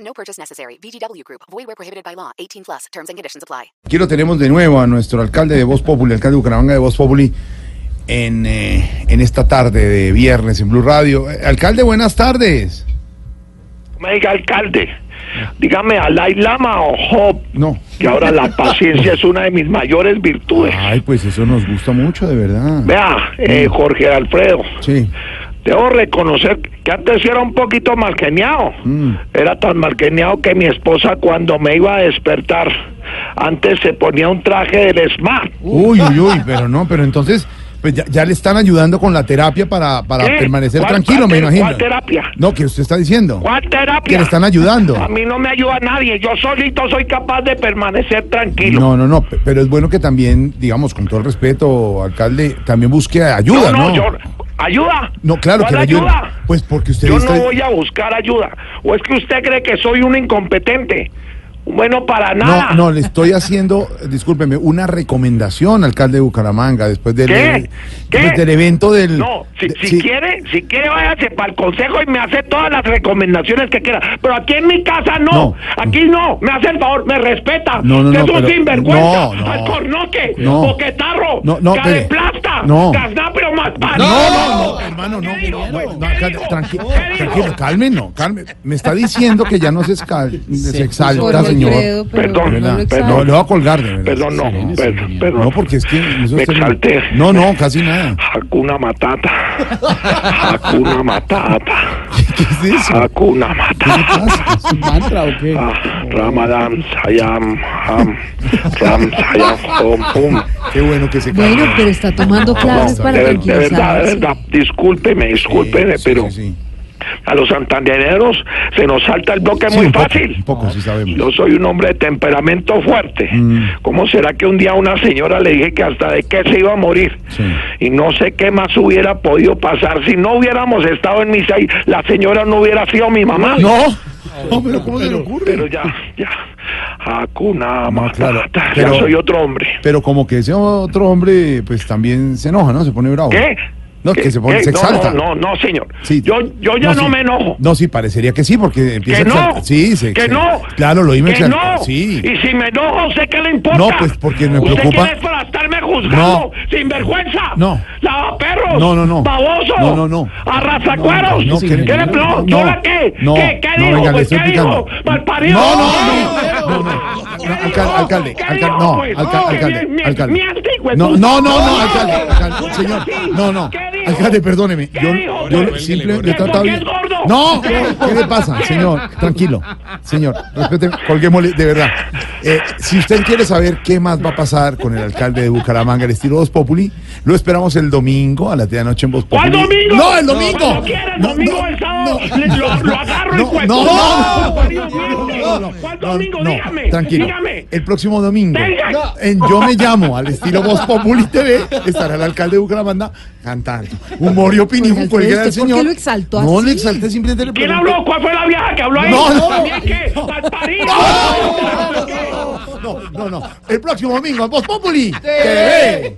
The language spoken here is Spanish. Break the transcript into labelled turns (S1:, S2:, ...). S1: No purchase necessary. VGW Group. Void where prohibited by law. 18 plus. Terms and conditions apply.
S2: Aquí lo tenemos de nuevo a nuestro alcalde de Voz Populi, alcalde de Bucaramanga de Voz Populi, en, eh, en esta tarde de viernes en Blue Radio. Eh, alcalde, buenas tardes.
S3: Me diga alcalde, dígame Dalai Lama o Job,
S2: No.
S3: que ahora la paciencia es una de mis mayores virtudes.
S2: Ay, Mm. pues eso nos gusta mucho, de verdad.
S3: Vea, eh, Jorge Alfredo,
S2: Sí.
S3: debo reconocer que antes era un poquito malgeniado.
S2: Mm.
S3: Era tan malgeniado que mi esposa cuando me iba a despertar, antes se ponía un traje del SMART.
S2: Uy, uy, uy, pero no, pero entonces pues ya, ya le están ayudando con la terapia para, para
S3: ¿Qué?
S2: permanecer
S3: ¿Cuál-
S2: tranquilo,
S3: cuál
S2: me
S3: te-
S2: imagino.
S3: cuál terapia?
S2: No, que usted está diciendo.
S3: ¿Cuál
S2: Que
S3: terapia?
S2: le están ayudando.
S3: A mí no me ayuda nadie, yo solito soy capaz de permanecer tranquilo.
S2: No, no, no, pe- pero es bueno que también, digamos, con todo el respeto, alcalde, también busque ayuda, ¿no?
S3: no, yo- ayuda.
S2: No, claro que
S3: ¿Cuál
S2: la ayuda.
S3: ayuda?
S2: Pues porque usted
S3: Yo
S2: está-
S3: no voy a buscar ayuda. ¿O es que usted cree que soy un incompetente? Bueno, para nada.
S2: No, no, le estoy haciendo, eh, discúlpeme, una recomendación, alcalde de Bucaramanga, después del,
S3: ¿Qué? ¿Qué?
S2: pues, del evento del...
S3: No, si,
S2: de-
S3: si
S2: sí.
S3: quiere, si quiere váyase para el consejo y me hace todas las recomendaciones que quiera. Pero aquí en mi casa no.
S2: No.
S3: Aquí no. Me hace el favor, me respeta.
S2: No, no,
S3: Usted
S2: no,
S3: es un
S2: pero-
S3: sinvergüenza.
S2: no, no.
S3: Alcornoque,
S2: No.
S3: boquetarro,
S2: No, no, espere.
S3: cadeplasta,
S2: No.
S3: gaznapio, más
S2: No, no, no, hermano, no,
S3: ¿Qué dijo,
S2: no,
S3: güey?
S2: no,
S3: ¿Qué
S2: alcalde,
S3: dijo?
S2: tranquilo,
S3: ¿Qué dijo?
S2: tranquilo, calmen, no, calmen. Me está diciendo que ya no se, escal- se exalta,
S4: Jorge
S2: señor.
S4: Alfredo, pero
S3: Perdón,
S4: no lo
S2: ¿verdad?
S4: exaltes.
S2: No, le voy a colgar, de verdad.
S3: Perdón, no, perdón, perdón.
S2: No, porque es que... eso
S3: Me
S2: es terrible.
S3: exalté.
S2: No, no, casi nada.
S3: Hakuna Matata. Hakuna Matata.
S2: ¿Qué es eso?
S3: Hakuna Matata.
S2: ¿Es un mantra o qué?
S3: Ah, Ramadam, Sayam, Ham, Ram, Sayam, Om, Um.
S2: Qué bueno que se
S4: Bueno,
S2: calma.
S4: pero está tomando clases
S2: no,
S4: para
S3: De, ver- de verdad, de
S4: tranquilizarse.
S3: verdad, discúlpeme, discúlpeme,
S2: Sí, sí,
S3: pero
S2: sí.
S3: a los santandereros se nos salta el bloque
S2: Sí,
S3: muy
S2: un poco,
S3: fácil.
S2: Un poco, sí sabemos.
S3: Yo soy un hombre de temperamento fuerte.
S2: Mm.
S3: ¿Cómo será que un día a una señora le dije que hasta de qué se iba a morir?
S2: Sí.
S3: Y no sé qué más hubiera podido pasar. Si no hubiéramos estado en misa y la señora no hubiera sido mi mamá.
S2: No, no, pero ¿cómo se le ocurre?
S3: Pero ya, ya. Hakuna
S2: claro,
S3: Matata.
S2: pero-
S3: ya soy otro hombre.
S2: Pero como que ese otro hombre, pues también se enoja, ¿no? Se pone bravo.
S3: ¿Qué?
S2: No, que
S3: ¿Qué?
S2: se, pone,
S3: ¿Qué?
S2: se
S3: No,
S2: exalta.
S3: No, no, no, señor.
S2: Sí.
S3: Yo, yo ya no,
S2: sí.
S3: me enojo.
S2: No, sí, parecería que sí, porque empieza
S3: Que
S2: a exaltar.
S3: no,
S2: Sí, se
S3: que
S2: se-
S3: no,
S2: Claro, lo oíme
S3: que
S2: exaltar.
S3: no.
S2: Sí.
S3: Y si me enojo, ¿sé qué le importa?
S2: No, pues, porque me
S3: ¿Usted
S2: preocupa-
S3: quién es para estarme juzgando? ¡Sinvergüenza!
S2: No.
S3: ¡Lavaperros!
S2: No, no, no.
S3: ¡Baboso!
S2: No, no, no.
S3: ¡Arrazacueros!
S2: No, no,
S3: ¿Qué
S2: que-
S3: le
S2: no,
S3: no,
S2: no,
S3: ¿Yo la qué?
S2: no,
S3: ¿Qué, qué
S2: no,
S3: dijo?
S2: venga, le
S3: Pues,
S2: estoy
S3: ¿Qué
S2: picando.
S3: dijo? ¿Malparido?
S2: No, no, no, no, no,
S3: ¿Qué
S2: no,
S3: dijo?
S2: alcalde, alcalde,
S3: ¿Qué
S2: alcalde,
S3: dijo,
S2: no,
S3: pues?
S2: alca-
S3: Que
S2: alcalde,
S3: mien- mien-
S2: alcalde.
S3: miente, güey,
S2: No,
S3: tú.
S2: no, no, no,
S3: No,
S2: alcalde, alcalde,
S3: pues,
S2: señor,
S3: sí.
S2: no, no,
S3: ¿Qué dijo?
S2: alcalde, perdóneme,
S3: ¿Qué
S2: yo,
S3: digo?
S2: yo
S3: Cuélguele,
S2: simple,
S3: gordo.
S2: yo trataba
S3: ¿Por qué
S2: bien.
S3: es gordo?
S2: No,
S3: ¿Qué?
S2: ¿qué le pasa,
S3: ¿Qué?
S2: señor? Tranquilo, señor, respete, colguémosle, de verdad. Eh, si usted quiere saber qué más va a pasar con el alcalde de Bucaramanga, el estilo Voz Populi, lo esperamos el domingo a la tía de noche en Voz Populi.
S3: ¿Cuál domingo?
S2: Pues, No, el domingo.
S3: Cuando quiera, el
S2: No,
S3: domingo
S2: no,
S3: o el sábado,
S2: no.
S3: le- lo, lo agarro
S2: No,
S3: y cuento.
S2: no, no, no,
S3: Dios mío,
S2: no, no,
S3: ¿Cuál
S2: no,
S3: domingo?
S2: no,
S3: dígame.
S2: Tranquilo.
S3: Dígame.
S2: El próximo domingo.
S3: Venga.
S2: En Yo me llamo, al estilo Voz Populi TV, estará el alcalde de Bucaramanga cantando. Humor y opinión
S4: Oiga,
S2: cualquiera del
S4: ¿usted por
S2: señor.
S4: qué lo exaltó
S2: No
S4: así?
S2: le exalté, simplemente le
S3: ¿Quién
S2: pregunté.
S3: habló? ¿Cuál fue la vieja que habló ahí?
S2: No, no.
S3: ¿También qué? ¿Malparido?
S2: No, no, no. El próximo domingo en Voz Populi TV.